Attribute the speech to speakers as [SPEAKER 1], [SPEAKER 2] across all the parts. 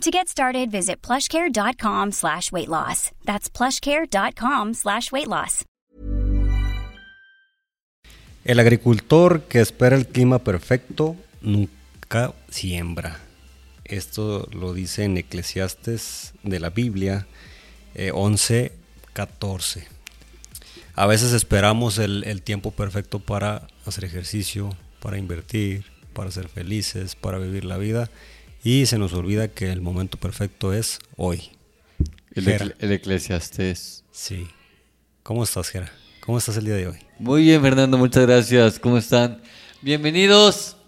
[SPEAKER 1] To get started, visit plushcare.com slash weight loss. That's plushcare.com slash weight loss.
[SPEAKER 2] El agricultor que espera el clima perfecto nunca siembra. Esto lo dice en Eclesiastes de la Biblia eh, 11, 14. A veces esperamos el, el tiempo perfecto para hacer ejercicio, para invertir, para ser felices, para vivir la vida y se nos olvida que el momento perfecto es hoy.
[SPEAKER 3] El,
[SPEAKER 2] Jera.
[SPEAKER 3] ecle- el Eclesiastés.
[SPEAKER 2] Sí. ¿Cómo estás, Jera? ¿Cómo estás el día de hoy?
[SPEAKER 3] Muy bien, Fernando, muchas gracias. ¿Cómo están? Bienvenidos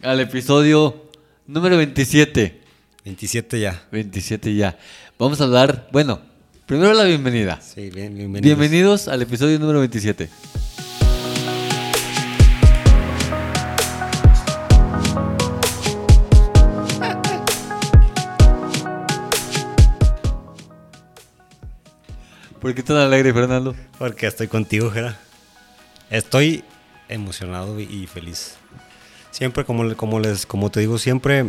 [SPEAKER 3] al episodio número 27.
[SPEAKER 2] 27 ya.
[SPEAKER 3] 27 ya. Vamos a hablar, bueno, primero la bienvenida.
[SPEAKER 2] Sí, bien, bienvenidos.
[SPEAKER 3] Bienvenidos al episodio número 27. ¿Por qué tan alegre, Fernando?
[SPEAKER 2] Porque estoy contigo, Jera. Estoy emocionado y- y feliz. Siempre, como, le- como, les, como te digo, siempre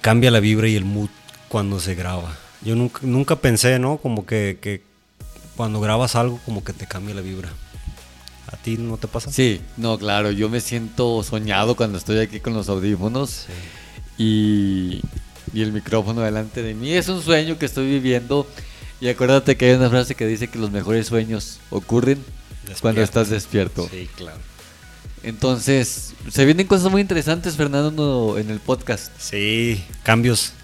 [SPEAKER 2] cambia la vibra y el mood cuando se graba. Yo nunca, nunca pensé, ¿no? Como que, que cuando grabas algo, como que te cambia la vibra. ¿A ti no te pasa?
[SPEAKER 3] Sí, no, claro, yo me siento soñado cuando estoy aquí con los audífonos y, y el micrófono delante de mí. Es un sueño que estoy viviendo y acuérdate que hay una frase que dice que los mejores sueños ocurren cuando
[SPEAKER 2] Despierto.
[SPEAKER 3] estás despierto.
[SPEAKER 2] Sí, claro.
[SPEAKER 3] Entonces, se vienen cosas muy interesantes, Fernando, no- en el podcast.
[SPEAKER 2] Sí, cambios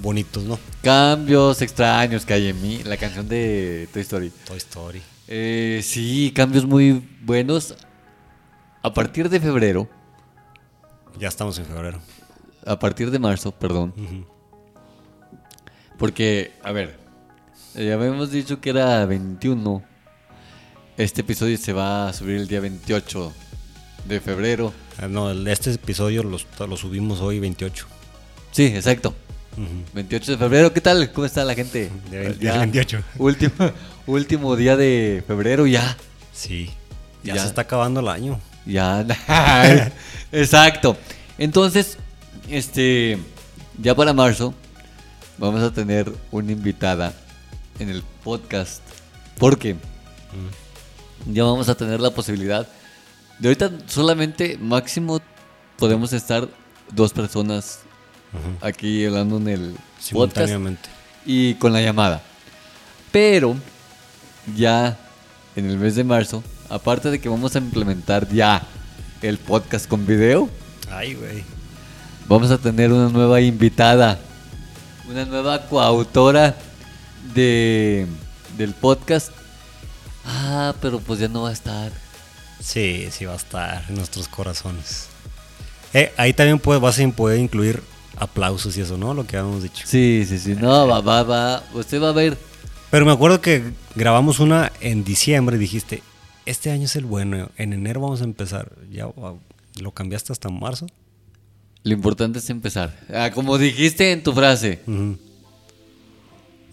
[SPEAKER 2] bonitos, ¿no?
[SPEAKER 3] Cambios extraños que hay en mí, la canción de Toy Story.
[SPEAKER 2] Toy Story.
[SPEAKER 3] Eh, sí, cambios muy buenos. A partir de febrero,
[SPEAKER 2] Ya estamos en febrero.
[SPEAKER 3] a partir de marzo, perdón.
[SPEAKER 2] Ujú.
[SPEAKER 3] Porque, a ver, eh, ya habíamos dicho que era 21. Este episodio se va a subir el día 28 de febrero.
[SPEAKER 2] Ah, No, el- este episodio lo, lo subimos hoy 28.
[SPEAKER 3] Sí, exacto. 28 de febrero, ¿qué tal? ¿Cómo está la gente?
[SPEAKER 2] De ve- del
[SPEAKER 3] Ya,
[SPEAKER 2] 28.
[SPEAKER 3] Último, último día de febrero ya.
[SPEAKER 2] Sí. Ya,
[SPEAKER 3] Ya.
[SPEAKER 2] se está acabando el año.
[SPEAKER 3] Ya. Exacto. Entonces, este, ya para marzo vamos a tener una invitada en el podcast. Porque ya vamos a tener la posibilidad. De ahorita solamente máximo podemos estar dos personas aquí hablando en el podcast
[SPEAKER 2] Simultáneamente.
[SPEAKER 3] y con la llamada. Pero ya en el mes de marzo, aparte de que vamos a implementar ya el podcast con video,
[SPEAKER 2] Ay, güey.
[SPEAKER 3] vamos a tener una nueva invitada, una nueva coautora de, del podcast. Ah, pero pues ya no va a estar.
[SPEAKER 2] Sí, sí va a estar en nuestros corazones. Eh, ahí también puede, vas a poder incluir aplausos y eso, ¿no? Lo que habíamos dicho.
[SPEAKER 3] Sí, sí, sí, no, va, va, va. Usted va a ver.
[SPEAKER 2] Pero me acuerdo que grabamos una en diciembre y dijiste, este año es el bueno, en enero vamos a empezar. Ya wow, lo cambiaste hasta marzo.
[SPEAKER 3] Lo importante es empezar. Ah, como dijiste en tu frase,
[SPEAKER 2] Ujú.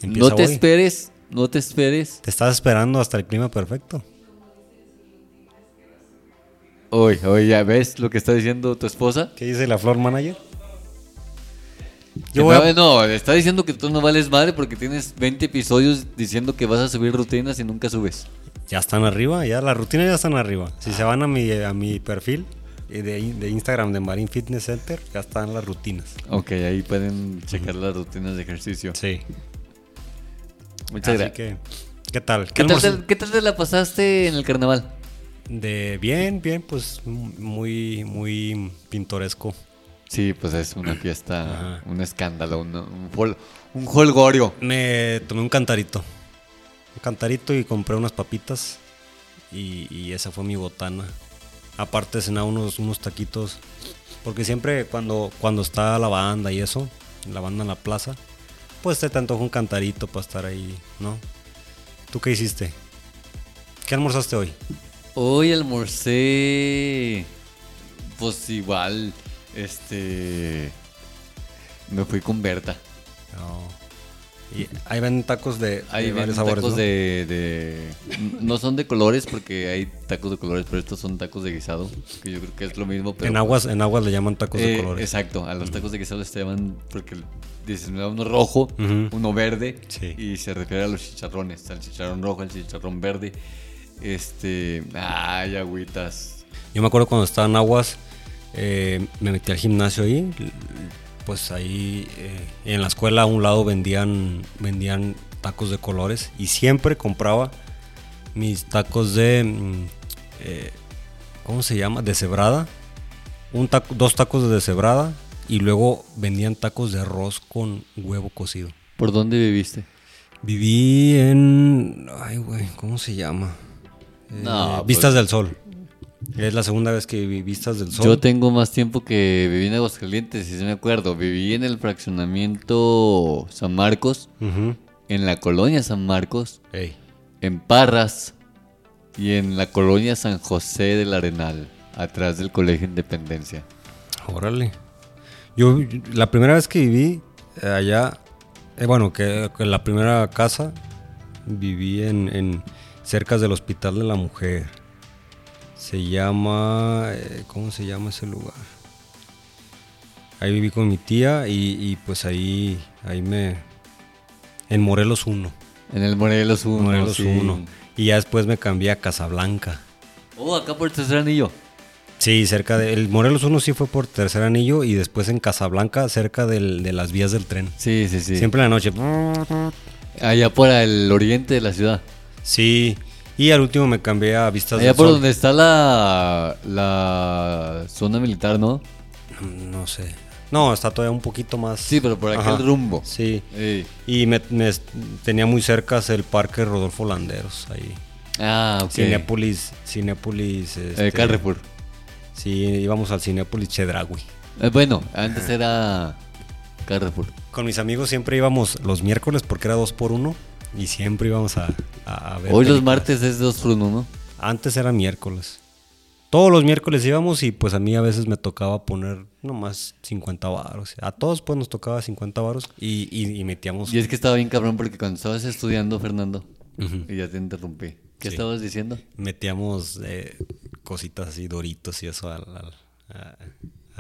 [SPEAKER 2] Empieza
[SPEAKER 3] no te
[SPEAKER 2] hoy.
[SPEAKER 3] esperes, no te esperes
[SPEAKER 2] Te estás esperando hasta el clima perfecto.
[SPEAKER 3] Uy, uy, ya ves lo que está diciendo tu esposa.
[SPEAKER 2] ¿Qué dice la flor manager?
[SPEAKER 3] Que
[SPEAKER 2] Yo voy
[SPEAKER 3] no,
[SPEAKER 2] a-
[SPEAKER 3] no, le está diciendo que tú no vales madre porque tienes 20 episodios diciendo que vas a subir rutinas y nunca subes.
[SPEAKER 2] Ya están arriba, ya las rutinas ya están arriba. Si se van a mi, a mi perfil eh, de, in- de Instagram de Marine Fitness Center, ya están las rutinas.
[SPEAKER 3] Ok, ahí pueden checar las rutinas de ejercicio.
[SPEAKER 2] Sí.
[SPEAKER 3] Muchas
[SPEAKER 2] Así
[SPEAKER 3] gracias.
[SPEAKER 2] que, ¿qué tal? ¿Qué
[SPEAKER 3] ¿Qué, tal
[SPEAKER 2] almuerzo?
[SPEAKER 3] te- qué tal te la pasaste en el carnaval?
[SPEAKER 2] De bien, bien, pues m- muy, muy pintoresco.
[SPEAKER 3] Sí, pues es una fiesta,
[SPEAKER 2] Ajá.
[SPEAKER 3] un escándalo, un, un, hol- un holgorio.
[SPEAKER 2] Me tomé un cantarito. Un cantarito y compré unas papitas. Y, y esa fue mi botana. Aparte cenaba unos, unos taquitos. Porque siempre cuando, cuando está la banda y eso, la banda en la plaza, pues te tanto un cantarito para estar ahí, ¿no? ¿Tú qué hiciste? ¿Qué almorzaste hoy?
[SPEAKER 3] Hoy almorcé. Pues igual. Este. Me fui con Berta.
[SPEAKER 2] No. Oh. Y ahí ven tacos de,
[SPEAKER 3] Hay
[SPEAKER 2] de varios
[SPEAKER 3] varios
[SPEAKER 2] sabores.
[SPEAKER 3] tacos
[SPEAKER 2] ¿no?
[SPEAKER 3] de, de- No son de colores porque hay tacos de colores, pero estos son tacos de guisado. Que yo creo que es lo mismo, pero.
[SPEAKER 2] en aguas, en aguas le llaman tacos de
[SPEAKER 3] Eh,
[SPEAKER 2] colores.
[SPEAKER 3] Exacto, a los tacos de queso les llaman porque dices "Me da uno rojo,
[SPEAKER 2] Ujú.
[SPEAKER 3] uno verde
[SPEAKER 2] Sí.
[SPEAKER 3] y se refiere a los chicharrones, al chicharrón rojo, al chicharrón verde. Este, ay, agüitas.
[SPEAKER 2] Yo me acuerdo cuando estaba en aguas, eh, me metí al gimnasio ahí. Pues ahí eh, en la escuela a un lado vendían, vendían tacos de colores y siempre compraba mis tacos de. mm, eh, ¿Cómo se llama? De cebrada. Un taco, dos tacos de cebrada y luego vendían tacos de arroz con huevo cocido.
[SPEAKER 3] ¿Por dónde viviste?
[SPEAKER 2] Eh, Viví en. Ay, güey, ¿cómo se llama? Eh,
[SPEAKER 3] No, pues-
[SPEAKER 2] Vistas del Sol. Es la segunda vez que viví Vistas del Sol.
[SPEAKER 3] Yo tengo más tiempo que viví en Aguascalientes, si se me acuerdo. Viví en el fraccionamiento San Marcos,
[SPEAKER 2] Ujú.
[SPEAKER 3] en la colonia San Marcos,
[SPEAKER 2] Ey.
[SPEAKER 3] en Parras y en la colonia San José del Arenal, atrás del Colegio Independencia.
[SPEAKER 2] Órale. Yo, la primera vez que viví eh, allá, eh, bueno, que, que la primera casa viví en, en cerca del Hospital de la Mujer. Se llama, eh, ¿cómo se llama ese lugar? Ahí viví con mi tía y, y, pues ahí, ahí me, en Morelos 1.
[SPEAKER 3] En el Morelos 1.
[SPEAKER 2] Morelos
[SPEAKER 3] Ah, sí.
[SPEAKER 2] 1. Y ya después me cambié a Casablanca.
[SPEAKER 3] Oh, acá por tercer anillo.
[SPEAKER 2] Sí, cerca de. El Morelos 1 sí fue por tercer anillo y después en Casablanca, cerca del- de las vías del tren.
[SPEAKER 3] Sí, sí, sí.
[SPEAKER 2] Siempre en la noche.
[SPEAKER 3] Allá por el oriente de la ciudad.
[SPEAKER 2] Sí. Y al último me cambié a Vistas
[SPEAKER 3] Allá
[SPEAKER 2] del
[SPEAKER 3] por
[SPEAKER 2] Sol.
[SPEAKER 3] donde está la, la zona militar, ¿no?
[SPEAKER 2] Mm, No sé. No, está todavía un poquito más.
[SPEAKER 3] Sí, pero por aquel
[SPEAKER 2] Ajá.
[SPEAKER 3] rumbo.
[SPEAKER 2] Sí.
[SPEAKER 3] Ey.
[SPEAKER 2] Y me, me- tenía muy cerca el parque Rodolfo Landeros ahí.
[SPEAKER 3] Ah, ok.
[SPEAKER 2] Cinépolis. Cinépolis.
[SPEAKER 3] Eh,
[SPEAKER 2] pues, este,
[SPEAKER 3] Carrefour.
[SPEAKER 2] Sí, íbamos al Cinépolis Chedragui.
[SPEAKER 3] Eh, bueno, antes
[SPEAKER 2] Ah.
[SPEAKER 3] era Carrefour.
[SPEAKER 2] Con mis amigos siempre íbamos los miércoles porque era dos por uno y siempre íbamos a, a- a ver.
[SPEAKER 3] Hoy los
[SPEAKER 2] películas.
[SPEAKER 3] martes es 2 por 1, ¿no?
[SPEAKER 2] Antes era miércoles. Todos los miércoles íbamos y pues a mí a veces me tocaba poner nomás 50 varos. A todos pues nos tocaba 50 varos y, y- y metíamos...
[SPEAKER 3] Y es que estaba bien cabrón porque cuando estabas estudiando, Fernando, y ya te interrumpí. ¿Qué estabas diciendo?
[SPEAKER 2] Metíamos eh, cositas así, doritos y eso al, al- a-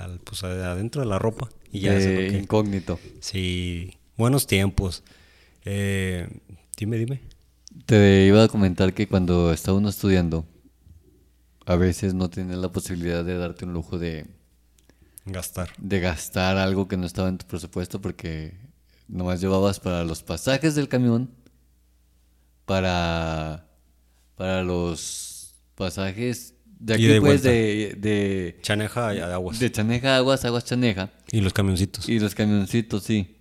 [SPEAKER 2] al, pues, adentro de la ropa. Y ya eso
[SPEAKER 3] Eh,
[SPEAKER 2] es lo que-
[SPEAKER 3] Incógnito.
[SPEAKER 2] Sí, buenos tiempos. Eh, dime, dime.
[SPEAKER 3] Te iba a comentar que cuando está uno estudiando, a veces no tienes la posibilidad de darte un lujo de,
[SPEAKER 2] Gastar.
[SPEAKER 3] de gastar algo que no estaba en tu presupuesto porque nomás llevabas para los pasajes del camión, para, para los pasajes de aquí,
[SPEAKER 2] Ida y
[SPEAKER 3] pues,
[SPEAKER 2] vuelta.
[SPEAKER 3] de, de,
[SPEAKER 2] Chaneja y aguas.
[SPEAKER 3] de Chaneja a Aguas, Aguas Chaneja.
[SPEAKER 2] Y los camioncitos.
[SPEAKER 3] Y los camioncitos, sí.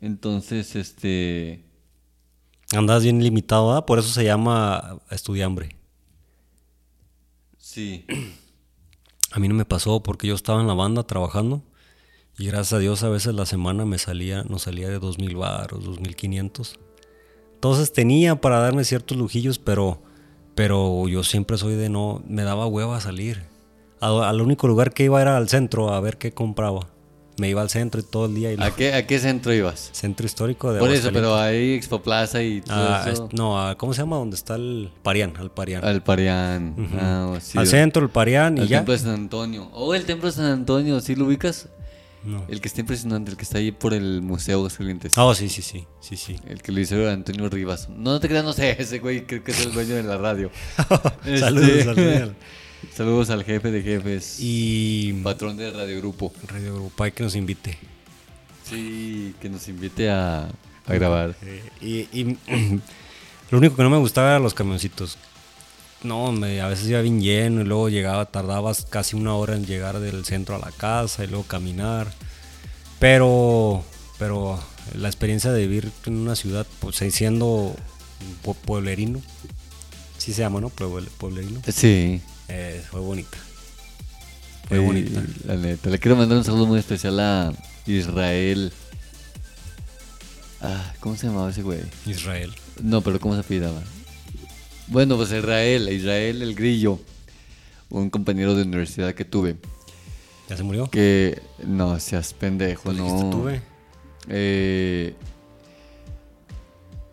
[SPEAKER 3] Entonces, este...
[SPEAKER 2] Andabas bien limitado, ¿verdad? Por eso se llama estudiambre.
[SPEAKER 3] Sí.
[SPEAKER 2] A mí no me pasó porque yo estaba en la banda trabajando y gracias a Dios a veces la semana me salía, nos salía de 2.000 baros, 2.500. Entonces tenía para darme ciertos lujillos, pero, pero yo siempre soy de no, me daba hueva salir. A- Al único lugar que iba era al centro a ver qué compraba. Me iba al centro y todo el día. Y
[SPEAKER 3] ¿A qué, ¿A qué centro ibas?
[SPEAKER 2] Centro histórico de
[SPEAKER 3] Por eso,
[SPEAKER 2] Aguascalientes.
[SPEAKER 3] pero hay Expo Plaza y todo
[SPEAKER 2] Ah,
[SPEAKER 3] eso.
[SPEAKER 2] es- no, ah, ¿cómo se llama? ¿Dónde está el Parián? Al Parián.
[SPEAKER 3] Al Parián. Ah, sí.
[SPEAKER 2] al centro, el Parián y
[SPEAKER 3] Al
[SPEAKER 2] ya.
[SPEAKER 3] Templo de San Antonio. Oh, el Templo de San Antonio, ¿sí lo ubicas?
[SPEAKER 2] No.
[SPEAKER 3] El que está impresionante, el que está ahí por el Museo Aguascalientes.
[SPEAKER 2] Ah, sí, sí, sí, sí, sí.
[SPEAKER 3] El que lo hizo Antonio Rivas. No, no te creas, no sé, ese güey creo que es el dueño de la radio. Este-
[SPEAKER 2] Saludos al Real.
[SPEAKER 3] Saludos al jefe de jefes. Y
[SPEAKER 2] Y
[SPEAKER 3] patrón de Radio Grupo.
[SPEAKER 2] Radio Grupo hay que nos invite.
[SPEAKER 3] Sí, que nos invite a, a grabar.
[SPEAKER 2] Eh, y y lo único que no me gustaba eran los camioncitos. No, me, a veces iba bien lleno y luego llegaba, tardabas casi una hora en llegar del centro a la casa y luego caminar. Pero, pero la experiencia de vivir en una ciudad, pues eh, siendo pue- pueblerino, sí se llama, ¿no? Pueble- Pueblerino.
[SPEAKER 3] Sí.
[SPEAKER 2] Eh, fue bonita. Fue
[SPEAKER 3] Eh,
[SPEAKER 2] bonita.
[SPEAKER 3] La neta. Le quiero mandar un saludo muy especial a Israel. Ah, ¿Cómo se llamaba ese güey?
[SPEAKER 2] Israel.
[SPEAKER 3] No, pero ¿cómo se apellidaba? Bueno, pues Israel, Israel el Grillo, un compañero de universidad que tuve,
[SPEAKER 2] ¿Ya se murió?
[SPEAKER 3] que no seas pendejo,
[SPEAKER 2] Pues dijiste
[SPEAKER 3] no.
[SPEAKER 2] tuve.
[SPEAKER 3] Eh,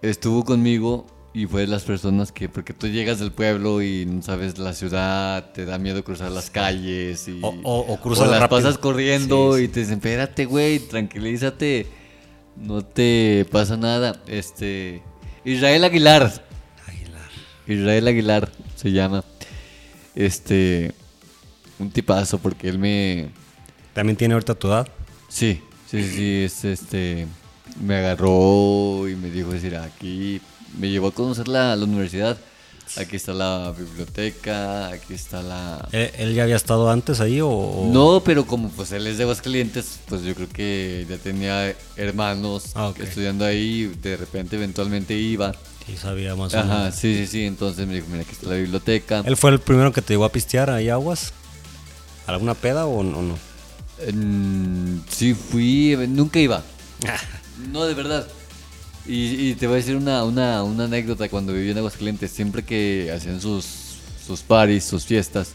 [SPEAKER 3] estuvo conmigo y fue de las personas que, porque tú llegas del pueblo y no sabes la ciudad, te da miedo cruzar las calles y
[SPEAKER 2] O- o- o cruzas
[SPEAKER 3] las
[SPEAKER 2] rápido.
[SPEAKER 3] pasas corriendo
[SPEAKER 2] Sí,
[SPEAKER 3] y te dicen, espérate, güey, tranquilízate, no te pasa nada. Este, Israel Aguilar,
[SPEAKER 2] Aguilar.
[SPEAKER 3] Israel Aguilar se llama, este, un tipazo porque él me,
[SPEAKER 2] También tiene ahorita tu edad.
[SPEAKER 3] Sí, sí, sí, sí, es este. Me agarró y me dijo: es decir, aquí. Me llevó a conocer la, la universidad. Aquí está la biblioteca, aquí está la.
[SPEAKER 2] ¿Él, ¿E-, él ya había estado antes ahí o...? o-
[SPEAKER 3] No, pero como pues él es de Aguascalientes, pues yo creo que ya tenía hermanos
[SPEAKER 2] Ah, ok.
[SPEAKER 3] estudiando ahí. De repente, eventualmente iba.
[SPEAKER 2] Sí sabía más o
[SPEAKER 3] Ajá,
[SPEAKER 2] menos.
[SPEAKER 3] sí, sí, sí. Entonces me dijo: Mira, aquí está la biblioteca.
[SPEAKER 2] ¿Él fue el primero que te llevó a pistear ahí a aguas? ¿A ¿Alguna peda o no? no?
[SPEAKER 3] Mm, sí, fui, nunca iba. No, de verdad. Y, y te voy a decir una, una, una anécdota cuando viví en Aguascalientes. Siempre que hacían sus, sus paris, sus fiestas,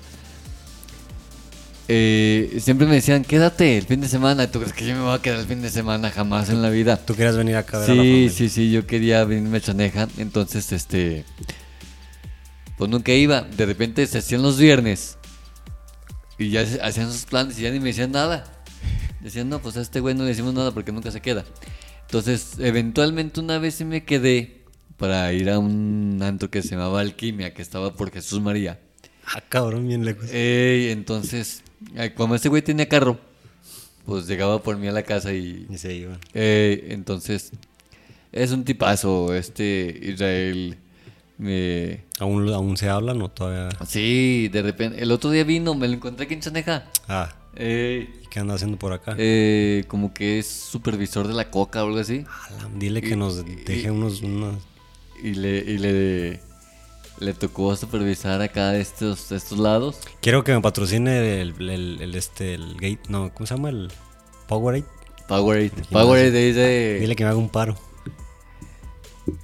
[SPEAKER 3] eh, siempre me decían, quédate el fin de semana. ¿Tú crees que yo me voy a quedar el fin de semana jamás en la vida?
[SPEAKER 2] ¿Tú querías venir acá a ver a la
[SPEAKER 3] Sí,
[SPEAKER 2] familia?
[SPEAKER 3] sí, sí, yo quería venirme a Chaneja, entonces este pues nunca iba, de repente se hacían los viernes y ya se- hacían sus planes y ya ni me decían nada. Decían, "No, pues a este güey no le decimos nada porque nunca se queda." Entonces, eventualmente una vez sí me quedé para ir a un antro que se llamaba Alquimia, que estaba por Jesús María.
[SPEAKER 2] Ah, cabrón, bien lejos.
[SPEAKER 3] Ey, entonces, ay, como este güey tenía carro, pues llegaba por mí a la casa y
[SPEAKER 2] Y se iban.
[SPEAKER 3] eh, entonces, es un tipazo este Israel. me-
[SPEAKER 2] ¿Aún, ¿Aún se hablan o todavía...?
[SPEAKER 3] Sí, de repente. El otro día vino, me lo encontré aquí en Chaneja.
[SPEAKER 2] Ah,
[SPEAKER 3] Eh,
[SPEAKER 2] ¿y qué anda haciendo por acá?
[SPEAKER 3] eh, como que es supervisor de la coca o algo así.
[SPEAKER 2] Ala, Dile que nos deje unos... unas-
[SPEAKER 3] Y le, y le, le tocó supervisar acá de estos, de estos lados.
[SPEAKER 2] Quiero que me patrocine el, el- el este, el gate... No, ¿cómo se llama? El Powerade.
[SPEAKER 3] Powerade. Powerade dice:
[SPEAKER 2] Dile que me haga un paro.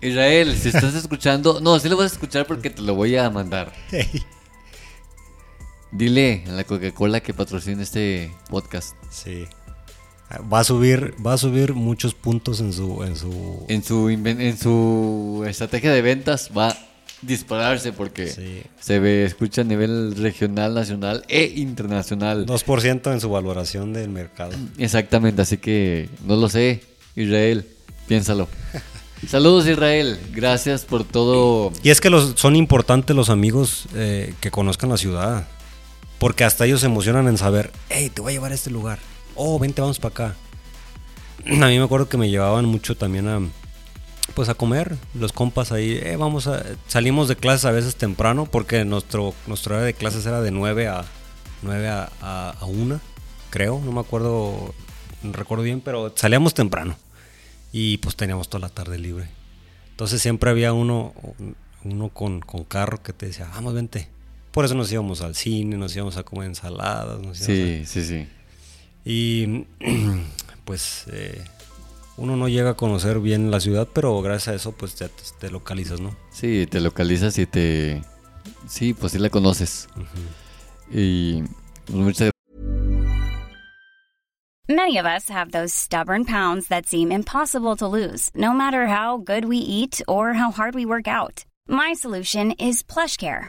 [SPEAKER 3] Israel, si estás escuchando. No, sí lo vas a escuchar porque te lo voy a mandar. Dile a la Coca-Cola que patrocina este podcast.
[SPEAKER 2] Sí. Ah, Va a subir, va a subir muchos puntos en su, en su.
[SPEAKER 3] en su, inven- en su estrategia de ventas va a dispararse porque
[SPEAKER 2] Sí.
[SPEAKER 3] se ve, escucha a nivel regional, nacional e internacional.
[SPEAKER 2] 2% en su valoración del mercado.
[SPEAKER 3] Exactamente, así que no lo sé, Israel, piénsalo. Saludos Israel, gracias por todo.
[SPEAKER 2] Y es que los, son importantes los amigos eh, que conozcan la ciudad. Porque hasta ellos se emocionan en saber, hey, te voy a llevar a este lugar. Oh, vente, vamos para acá. A mí me acuerdo que me llevaban mucho también a, pues a comer. Los compas ahí, eh, vamos a, salimos de clases a veces temprano porque nuestro, nuestra hora de clases era de 9 a 9 a, a, a 1, creo, no me acuerdo, no recuerdo bien, pero salíamos temprano y pues teníamos toda la tarde libre. Entonces siempre había uno, uno con, con carro que te decía, vamos, vente. Por eso nos íbamos al cine, nos íbamos a comer ensaladas, nos íbamos a-
[SPEAKER 3] Sí, sí, sí.
[SPEAKER 2] y pues eh, uno no llega a conocer bien la ciudad, pero gracias a eso pues ya te, te localizas, ¿no?
[SPEAKER 3] Sí, te localizas y te... Sí, pues sí la conoces. Y pues, muchas
[SPEAKER 1] Many of us have those stubborn pounds that seem impossible to lose, no matter how good we eat or how hard we work out. My solution is PlushCare.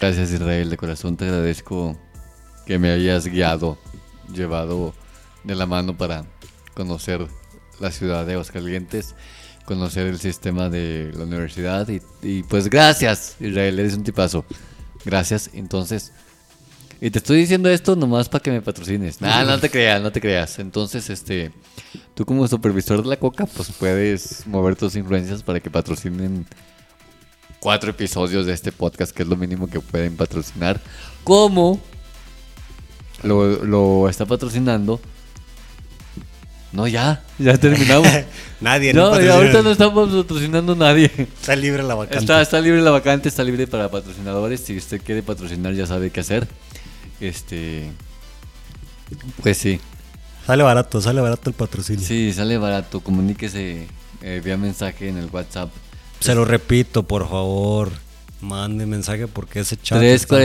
[SPEAKER 3] Gracias Israel, de corazón te agradezco que me hayas guiado, llevado de la mano para conocer la ciudad de Aguascalientes, conocer el sistema de la universidad y, y pues gracias, Israel, eres un tipazo. Gracias, entonces. Y te estoy diciendo esto nomás para que me patrocines. No, no te creas, no te creas. Entonces, este, tú como supervisor de la coca, pues puedes mover tus influencias para que patrocinen cuatro episodios de este podcast, que es lo mínimo que pueden patrocinar. Como lo, lo está patrocinando. No, ya, ya terminamos.
[SPEAKER 2] Nadie, no
[SPEAKER 3] no, y
[SPEAKER 2] patrocina.
[SPEAKER 3] ahorita no estamos patrocinando nadie.
[SPEAKER 2] Está libre la vacante.
[SPEAKER 3] Está, está libre la vacante, está libre para patrocinadores. Si usted quiere patrocinar, ya sabe qué hacer. Este. Pues sí.
[SPEAKER 2] Sale barato, sale barato el patrocinio.
[SPEAKER 3] Sí, sale barato. Comuníquese eh, vía mensaje en el WhatsApp.
[SPEAKER 2] Se lo repito, por favor. Mande mensaje porque ese chat. está-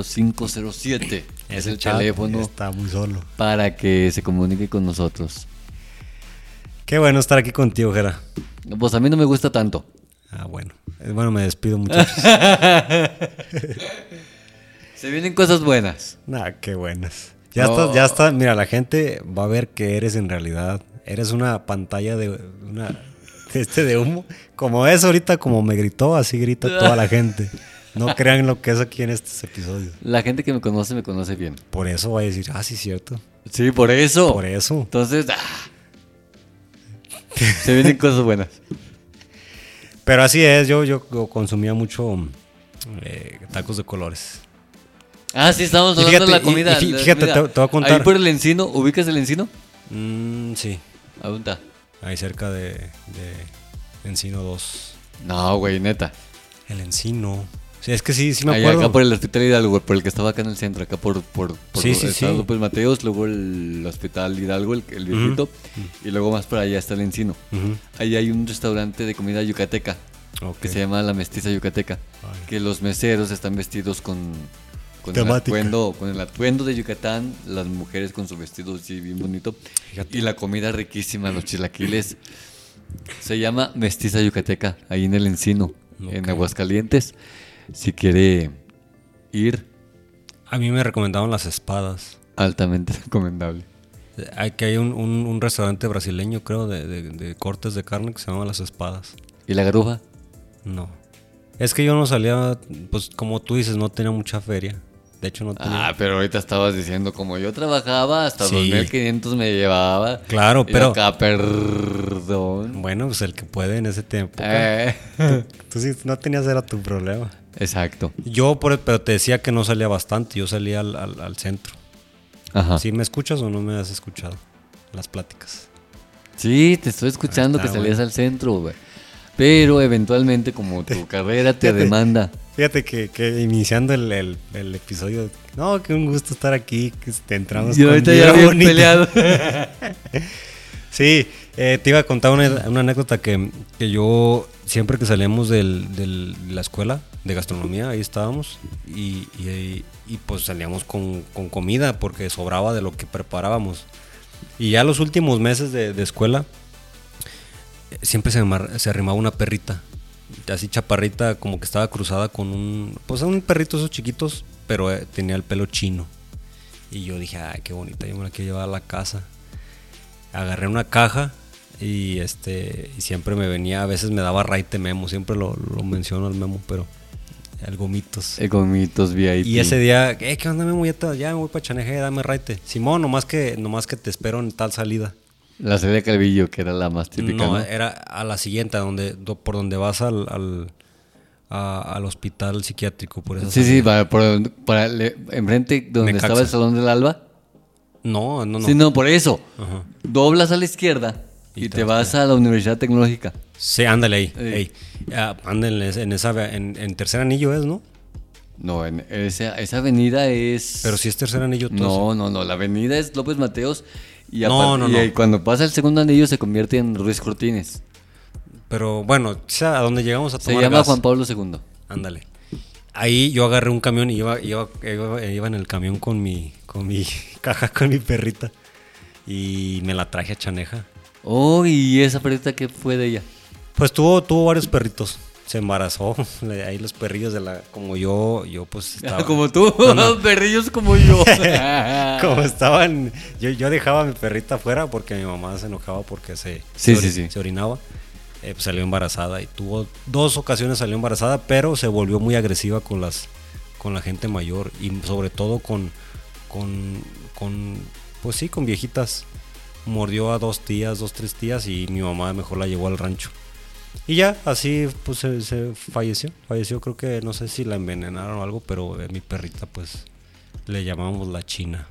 [SPEAKER 3] 346-106-0507. Es
[SPEAKER 2] ese
[SPEAKER 3] el
[SPEAKER 2] chat
[SPEAKER 3] teléfono
[SPEAKER 2] Está muy solo.
[SPEAKER 3] para que se comunique con nosotros.
[SPEAKER 2] Qué bueno estar aquí contigo, Jera.
[SPEAKER 3] No, Pues a mí no me gusta tanto.
[SPEAKER 2] Ah, bueno. Eh, Bueno, me despido, muchachos.
[SPEAKER 3] Se vienen cosas buenas.
[SPEAKER 2] Nah, qué buenas. Ya
[SPEAKER 3] No.
[SPEAKER 2] está, ya está. Mira, la gente va a ver que eres en realidad. Eres una pantalla de una de este de humo. Como es ahorita, como me gritó, así grita toda la gente. No crean lo que es aquí en estos episodios.
[SPEAKER 3] La gente que me conoce, me conoce bien.
[SPEAKER 2] Por eso va a decir, ah, sí, cierto.
[SPEAKER 3] Sí, por eso.
[SPEAKER 2] Por eso.
[SPEAKER 3] Entonces, ah. se vienen cosas buenas.
[SPEAKER 2] Pero así es, yo, yo consumía mucho eh, tacos de colores.
[SPEAKER 3] Ah, sí, estamos
[SPEAKER 2] Y
[SPEAKER 3] hablando
[SPEAKER 2] fíjate,
[SPEAKER 3] de la comida.
[SPEAKER 2] y- y
[SPEAKER 3] la
[SPEAKER 2] fíjate,
[SPEAKER 3] comida.
[SPEAKER 2] te- te voy a contar.
[SPEAKER 3] Ahí por el encino, ¿ubicas el encino?
[SPEAKER 2] Mm, sí,
[SPEAKER 3] Apunta.
[SPEAKER 2] ahí cerca de, de Encino 2.
[SPEAKER 3] No, güey, neta.
[SPEAKER 2] El Encino. Sí, es que sí, sí me
[SPEAKER 3] Ahí,
[SPEAKER 2] acuerdo.
[SPEAKER 3] acá por el hospital Hidalgo, por el que estaba acá en el centro, acá por, por, por
[SPEAKER 2] Sí, sí,
[SPEAKER 3] el
[SPEAKER 2] sí.
[SPEAKER 3] López Mateos, luego el hospital Hidalgo, el, el viejito, y luego más para allá está el encino. Ahí hay un restaurante de comida yucateca,
[SPEAKER 2] Ok.
[SPEAKER 3] que se llama La Mestiza Yucateca,
[SPEAKER 2] Ay.
[SPEAKER 3] que los meseros están vestidos con, con, el
[SPEAKER 2] Temática.
[SPEAKER 3] atuendo, con el atuendo de Yucatán, las mujeres con su vestido así bien bonito, y la comida riquísima, los chilaquiles. Se llama Mestiza Yucateca, ahí en el Encino, en Aguascalientes. Si quiere ir,
[SPEAKER 2] A mí me recomendaron las espadas. Eh,
[SPEAKER 3] altamente recomendable.
[SPEAKER 2] Aquí hay un, un- un restaurante brasileño, creo, de, de- de cortes de carne que se llama Las Espadas.
[SPEAKER 3] ¿Y la garufa?
[SPEAKER 2] No. Es que yo no salía, pues como tú dices, no tenía mucha feria. De hecho, no tenía.
[SPEAKER 3] Ah, pero ahorita estabas diciendo, como yo trabajaba, hasta
[SPEAKER 2] Sí.
[SPEAKER 3] 2500 me llevaba.
[SPEAKER 2] Claro,
[SPEAKER 3] Y
[SPEAKER 2] pero-
[SPEAKER 3] acá, perdón.
[SPEAKER 2] Bueno, pues el que puede en ese tiempo.
[SPEAKER 3] Eh,
[SPEAKER 2] Tú sí, no tenías, era tu problema.
[SPEAKER 3] Exacto.
[SPEAKER 2] Yo, por, pero te decía que no salía bastante, yo salía al, al- al centro.
[SPEAKER 3] Ajá. Sí,
[SPEAKER 2] ¿Sí me escuchas o no me has escuchado? Las pláticas.
[SPEAKER 3] te estoy escuchando
[SPEAKER 2] Ahí
[SPEAKER 3] que
[SPEAKER 2] está,
[SPEAKER 3] salías al centro, güey. Pero eventualmente, como tu carrera te demanda.
[SPEAKER 2] Fíjate que, que iniciando el, el- el episodio, no, que un gusto estar aquí, que te entramos
[SPEAKER 3] Y
[SPEAKER 2] con
[SPEAKER 3] ahorita
[SPEAKER 2] vibra
[SPEAKER 3] ya bien
[SPEAKER 2] bonita.
[SPEAKER 3] peleado.
[SPEAKER 2] Sí, eh, te iba a contar una, una anécdota que, que yo, siempre que salíamos del- del- de la escuela de gastronomía, ahí estábamos, y, y- y, pues salíamos con, con comida porque sobraba de lo que preparábamos. Y ya los últimos meses de, de escuela, eh, siempre se, amar- se arrimaba una perrita, así chaparrita, como que estaba cruzada con un, pues un perrito esos chiquitos, pero eh, tenía el pelo chino. Y yo dije, ay, qué bonita, yo me la quiero llevar a la casa agarré una caja y este y siempre me venía, a veces me daba raite memo, siempre lo, lo menciono al memo, pero el gomitos.
[SPEAKER 3] Eh, con mitos VIP.
[SPEAKER 2] y ese día, "Eh, ¿qué onda memo? Ya, te- ya me voy para Chaneje, dame raite. Simón, nomás que, nomás que te espero en tal salida.
[SPEAKER 3] La serie de Calvillo, que era la más típica.
[SPEAKER 2] no, eh,
[SPEAKER 3] No,
[SPEAKER 2] era a la siguiente, a donde, do- por donde vas al, al, a- al hospital psiquiátrico, por eso.
[SPEAKER 3] Sí, sí, para, por- para le- enfrente donde
[SPEAKER 2] Necaxa.
[SPEAKER 3] estaba el Salón del Alba.
[SPEAKER 2] No, no, no.
[SPEAKER 3] Sí, no, por eso. Doblas a la izquierda y, te vas a la Universidad Tecnológica.
[SPEAKER 2] Sí, ándale ahí.
[SPEAKER 3] Ey.
[SPEAKER 2] ey. Ah, ándale, en esa, en, en tercer anillo es, ¿no?
[SPEAKER 3] No, en esa, esa avenida es.
[SPEAKER 2] Pero si es tercer anillo, todo eso.
[SPEAKER 3] No, no, no. La avenida es López Mateos. Y,
[SPEAKER 2] No,
[SPEAKER 3] apar-
[SPEAKER 2] no,
[SPEAKER 3] y
[SPEAKER 2] no.
[SPEAKER 3] ahí cuando pasa el segundo anillo se convierte en Ruiz Cortines.
[SPEAKER 2] Pero bueno, quizá a donde llegamos a
[SPEAKER 3] Se
[SPEAKER 2] tomar
[SPEAKER 3] llama
[SPEAKER 2] gas.
[SPEAKER 3] Juan Pablo II.
[SPEAKER 2] Ándale. Ahí yo agarré un camión y iba, iba, iba- iba en el camión con mi, con mi caja, con mi perrita. Y me la traje a Chaneja.
[SPEAKER 3] Oh, y esa perrita que fue de ella.
[SPEAKER 2] Pues tuvo, tuvo varios perritos. se embarazó. Le- Ahí los perrillos de la. Como yo, yo pues estaba.
[SPEAKER 3] Como tú,
[SPEAKER 2] No, no,
[SPEAKER 3] perrillos como yo.
[SPEAKER 2] como estaban. Yo, yo dejaba a mi perrita afuera porque mi mamá se enojaba porque se,
[SPEAKER 3] Sí,
[SPEAKER 2] se,
[SPEAKER 3] sí,
[SPEAKER 2] ori-
[SPEAKER 3] sí.
[SPEAKER 2] se orinaba. Eh, pues, salió embarazada y tuvo dos ocasiones salió embarazada, pero se volvió muy agresiva con las con la gente mayor y sobre todo con con, con pues sí, con viejitas. Mordió a dos tías, dos tres tías y mi mamá mejor la llevó al rancho. Y ya, así pues se, se falleció. Falleció, creo que no sé si la envenenaron o algo, pero eh, mi perrita pues le llamamos la China.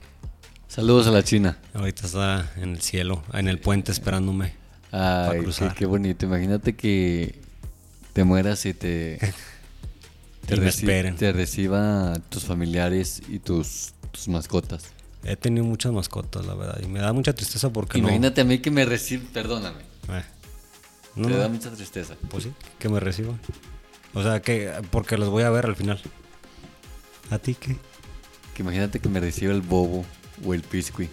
[SPEAKER 3] Saludos a la China.
[SPEAKER 2] Ahorita está en el cielo, en el puente esperándome.
[SPEAKER 3] Ay, qué-
[SPEAKER 2] cruzar.
[SPEAKER 3] qué bonito. Imagínate que te mueras y te.
[SPEAKER 2] Y me
[SPEAKER 3] reci-
[SPEAKER 2] esperen.
[SPEAKER 3] Te reciba tus familiares y tus, tus mascotas.
[SPEAKER 2] He tenido muchas mascotas, la verdad, y me da mucha tristeza porque
[SPEAKER 3] Imagínate a mí que me reciba. Perdóname.
[SPEAKER 2] no. Eh. No,
[SPEAKER 3] Te da
[SPEAKER 2] no,
[SPEAKER 3] mucha tristeza.
[SPEAKER 2] pues sí, que me reciban. O sea, que porque los voy a ver al final. ¿A ti qué?
[SPEAKER 3] Que imagínate que me reciba el bobo o el pisqui.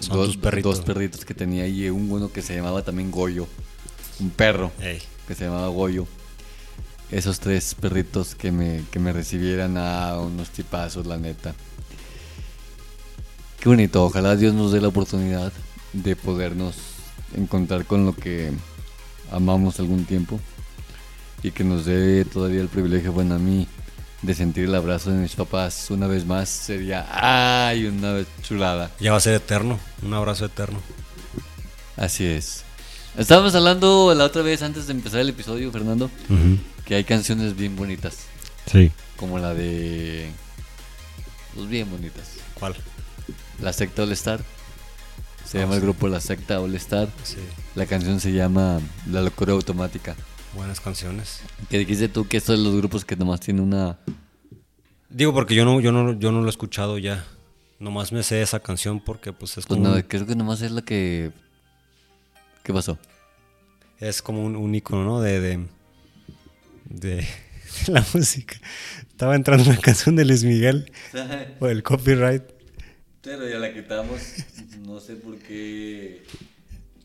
[SPEAKER 2] Son tus perritos.
[SPEAKER 3] Dos perritos que tenía y un uno que se llamaba también Goyo. Un perro
[SPEAKER 2] Ey,
[SPEAKER 3] que se llamaba Goyo. Esos tres perritos que me, que me recibieran a unos tipazos, la neta. Qué bonito. Ojalá Dios nos dé la oportunidad de podernos encontrar con lo que amamos algún tiempo. Y que nos dé todavía el privilegio, bueno, a mí, de sentir el abrazo de mis papás una vez más. Sería, ay, una vez chulada.
[SPEAKER 2] ya va a ser eterno, un abrazo eterno.
[SPEAKER 3] Así es. Estábamos hablando la otra vez antes de empezar el episodio, Fernando, que hay canciones bien bonitas,
[SPEAKER 2] Sí.
[SPEAKER 3] como la de... Pues bien bonitas.
[SPEAKER 2] ¿Cuál?
[SPEAKER 3] La secta All Star. Se llama el grupo La secta All Star.
[SPEAKER 2] Sí,
[SPEAKER 3] La canción se llama La locura automática.
[SPEAKER 2] buenas canciones.
[SPEAKER 3] Que dijiste tú que estos son los grupos que nomás tienen una... pues,
[SPEAKER 2] Digo porque yo no, yo no, yo no lo he escuchado ya. Nomás me sé esa canción porque pues es
[SPEAKER 3] Pues
[SPEAKER 2] como,
[SPEAKER 3] no,
[SPEAKER 2] un-
[SPEAKER 3] creo que nomás es la que... ¿Qué pasó?
[SPEAKER 2] es como un, un icono, ¿no? De, de, de- de la música. Estaba entrando una canción de Luis Miguel o el copyright.
[SPEAKER 3] Pero ya la quitamos. No sé por qué...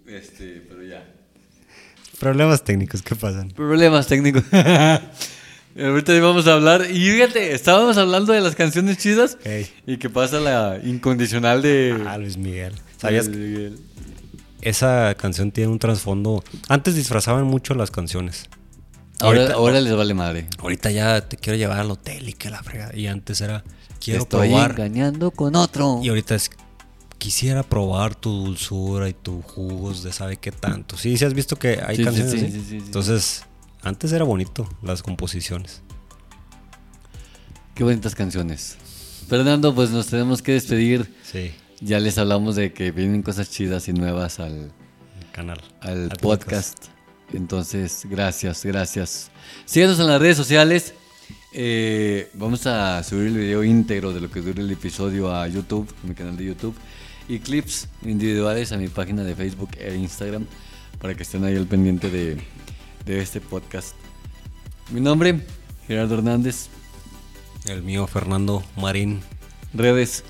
[SPEAKER 3] Este, pero ya.
[SPEAKER 2] Problemas técnicos que pasan.
[SPEAKER 3] Problemas técnicos. Ahorita vamos a hablar. Y fíjate, estábamos hablando de las canciones chidas.
[SPEAKER 2] Ey.
[SPEAKER 3] Y que pasa la incondicional de.
[SPEAKER 2] Ah, Luis Miguel. ¿Sabías?
[SPEAKER 3] de Miguel.
[SPEAKER 2] Esa canción tiene un trasfondo. Antes disfrazaban mucho las canciones.
[SPEAKER 3] Ahora,
[SPEAKER 2] Ahorita-
[SPEAKER 3] ahora les vale madre.
[SPEAKER 2] Ahorita ya te quiero llevar al hotel y que la fregada. Y antes era quiero
[SPEAKER 3] Estoy
[SPEAKER 2] probar.
[SPEAKER 3] engañando con otro.
[SPEAKER 2] Y ahorita es, quisiera probar tu dulzura y tus jugos de sabe qué tanto. Sí, sí has visto que hay
[SPEAKER 3] Sí, sí,
[SPEAKER 2] canciones
[SPEAKER 3] sí,
[SPEAKER 2] así?
[SPEAKER 3] sí, sí, sí.
[SPEAKER 2] Entonces, antes era bonito las composiciones.
[SPEAKER 3] Qué bonitas canciones. Fernando, pues nos tenemos que despedir.
[SPEAKER 2] Sí,
[SPEAKER 3] Ya les hablamos de que vienen cosas chidas y nuevas al,
[SPEAKER 2] el canal.
[SPEAKER 3] al
[SPEAKER 2] Atentos.
[SPEAKER 3] podcast. Entonces, gracias, gracias. Síganos en las redes sociales. Eh, vamos a subir el video íntegro de lo que dure el episodio a YouTube, a mi canal de YouTube. Y clips individuales a mi página de Facebook e Instagram para que estén ahí al pendiente de, de este podcast. Mi nombre, Gerardo Hernández.
[SPEAKER 2] El mío, Fernando Marín.
[SPEAKER 3] Redes,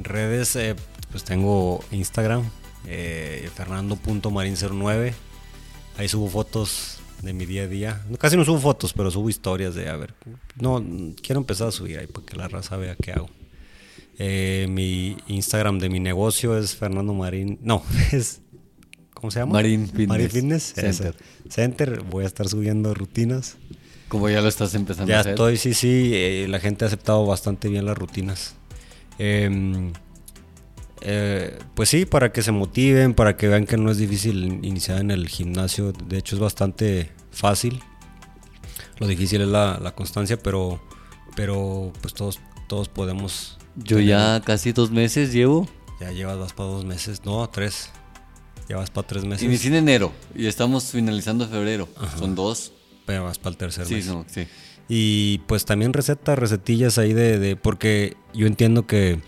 [SPEAKER 2] Redes, eh, pues tengo Instagram, eh, fernando.marin09. Ahí subo fotos de mi día a día. No, Casi no subo fotos, pero subo historias de, a ver, no, mm, quiero empezar a subir ahí para que la raza vea qué hago. Eh, mi Instagram de mi negocio es Fernando Marín, no, es, ¿cómo se llama?
[SPEAKER 3] Marín Fitness
[SPEAKER 2] Marín Fitness
[SPEAKER 3] Center.
[SPEAKER 2] Center. Center, voy a estar subiendo rutinas.
[SPEAKER 3] como ya lo estás empezando a
[SPEAKER 2] Ya
[SPEAKER 3] hacer.
[SPEAKER 2] estoy, sí, sí. eh, la gente ha aceptado bastante bien las rutinas. Em, eh, pues sí, para que se motiven, para que vean que no es difícil in- iniciar en el gimnasio. De hecho, es bastante fácil. Lo difícil es la, la constancia, pero, pero pues todos, todos podemos.
[SPEAKER 3] Yo ya casi dos meses llevo.
[SPEAKER 2] Ya llevas, vas para dos meses, no, tres. Ya vas para tres meses,
[SPEAKER 3] Inicié en enero y estamos finalizando febrero. Son dos.
[SPEAKER 2] pero vas para el tercer
[SPEAKER 3] Sí,
[SPEAKER 2] mes.
[SPEAKER 3] no, sí.
[SPEAKER 2] Y pues también recetas, recetillas ahí de, de- porque yo entiendo que,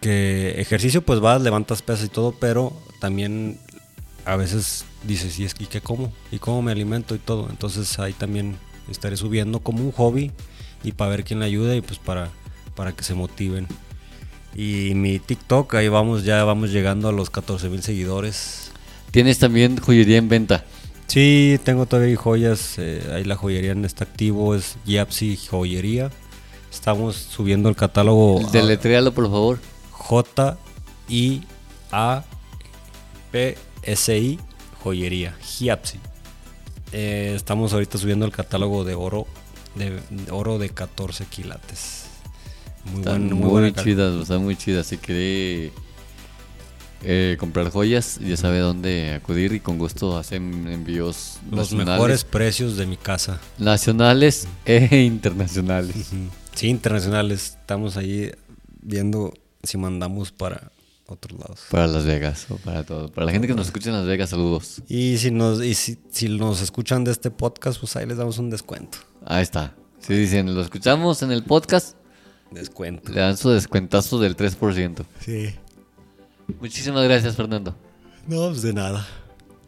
[SPEAKER 2] que ejercicio pues vas, levantas pesas y todo, pero también a veces dices, ¿y, es, ¿y qué como? ¿Y cómo me alimento y todo? Entonces ahí también estaré subiendo como un hobby y para ver quién le ayuda y pues para, para que se motiven. Y mi TikTok, ahí vamos, ya vamos llegando a los 14 mil seguidores.
[SPEAKER 3] Tienes también joyería en venta.
[SPEAKER 2] Sí, tengo todavía joyas. eh, ahí la joyería en este activo es Yapsi Joyería. Estamos subiendo el catálogo a
[SPEAKER 3] Deletréalo, por favor.
[SPEAKER 2] J I A P S I Joyería Giapsi. Eh, estamos ahorita subiendo el catálogo de oro de de oro de 14 quilates. Muy,
[SPEAKER 3] Están
[SPEAKER 2] buen-
[SPEAKER 3] muy,
[SPEAKER 2] buena cal-
[SPEAKER 3] chidas, están muy chidas. Si quiere eh, comprar joyas, ya sabe dónde acudir y con gusto hacen envíos
[SPEAKER 2] Los
[SPEAKER 3] nacionales,
[SPEAKER 2] mejores precios de mi casa.
[SPEAKER 3] nacionales e internacionales.
[SPEAKER 2] Ujú. Sí, internacionales. Estamos ahí viendo si mandamos para otros lados.
[SPEAKER 3] Para Las Vegas o para todo. Para la gente que nos escucha en Las Vegas, saludos.
[SPEAKER 2] Y si nos, y si, si nos escuchan de este podcast, pues ahí les damos un descuento.
[SPEAKER 3] Ahí está. Si dicen, lo escuchamos en el podcast,
[SPEAKER 2] Descuento.
[SPEAKER 3] le dan su descuentazo del 3%.
[SPEAKER 2] Sí.
[SPEAKER 3] Muchísimas gracias, Fernando.
[SPEAKER 2] No, pues de nada.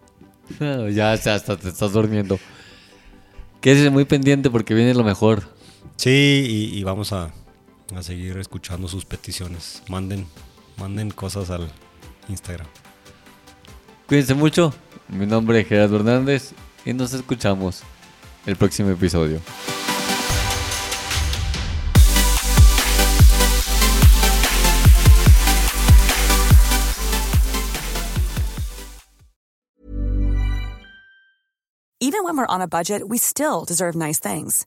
[SPEAKER 3] ya, ya, hasta te estás durmiendo. Quédese muy pendiente porque viene lo mejor.
[SPEAKER 2] Sí, y, y vamos a, a seguir escuchando sus peticiones. Manden, manden cosas al Instagram.
[SPEAKER 3] Cuídense mucho. Mi nombre es Gerardo Hernández y nos escuchamos el próximo episodio.
[SPEAKER 4] Even when we're on a budget, we still deserve nice things.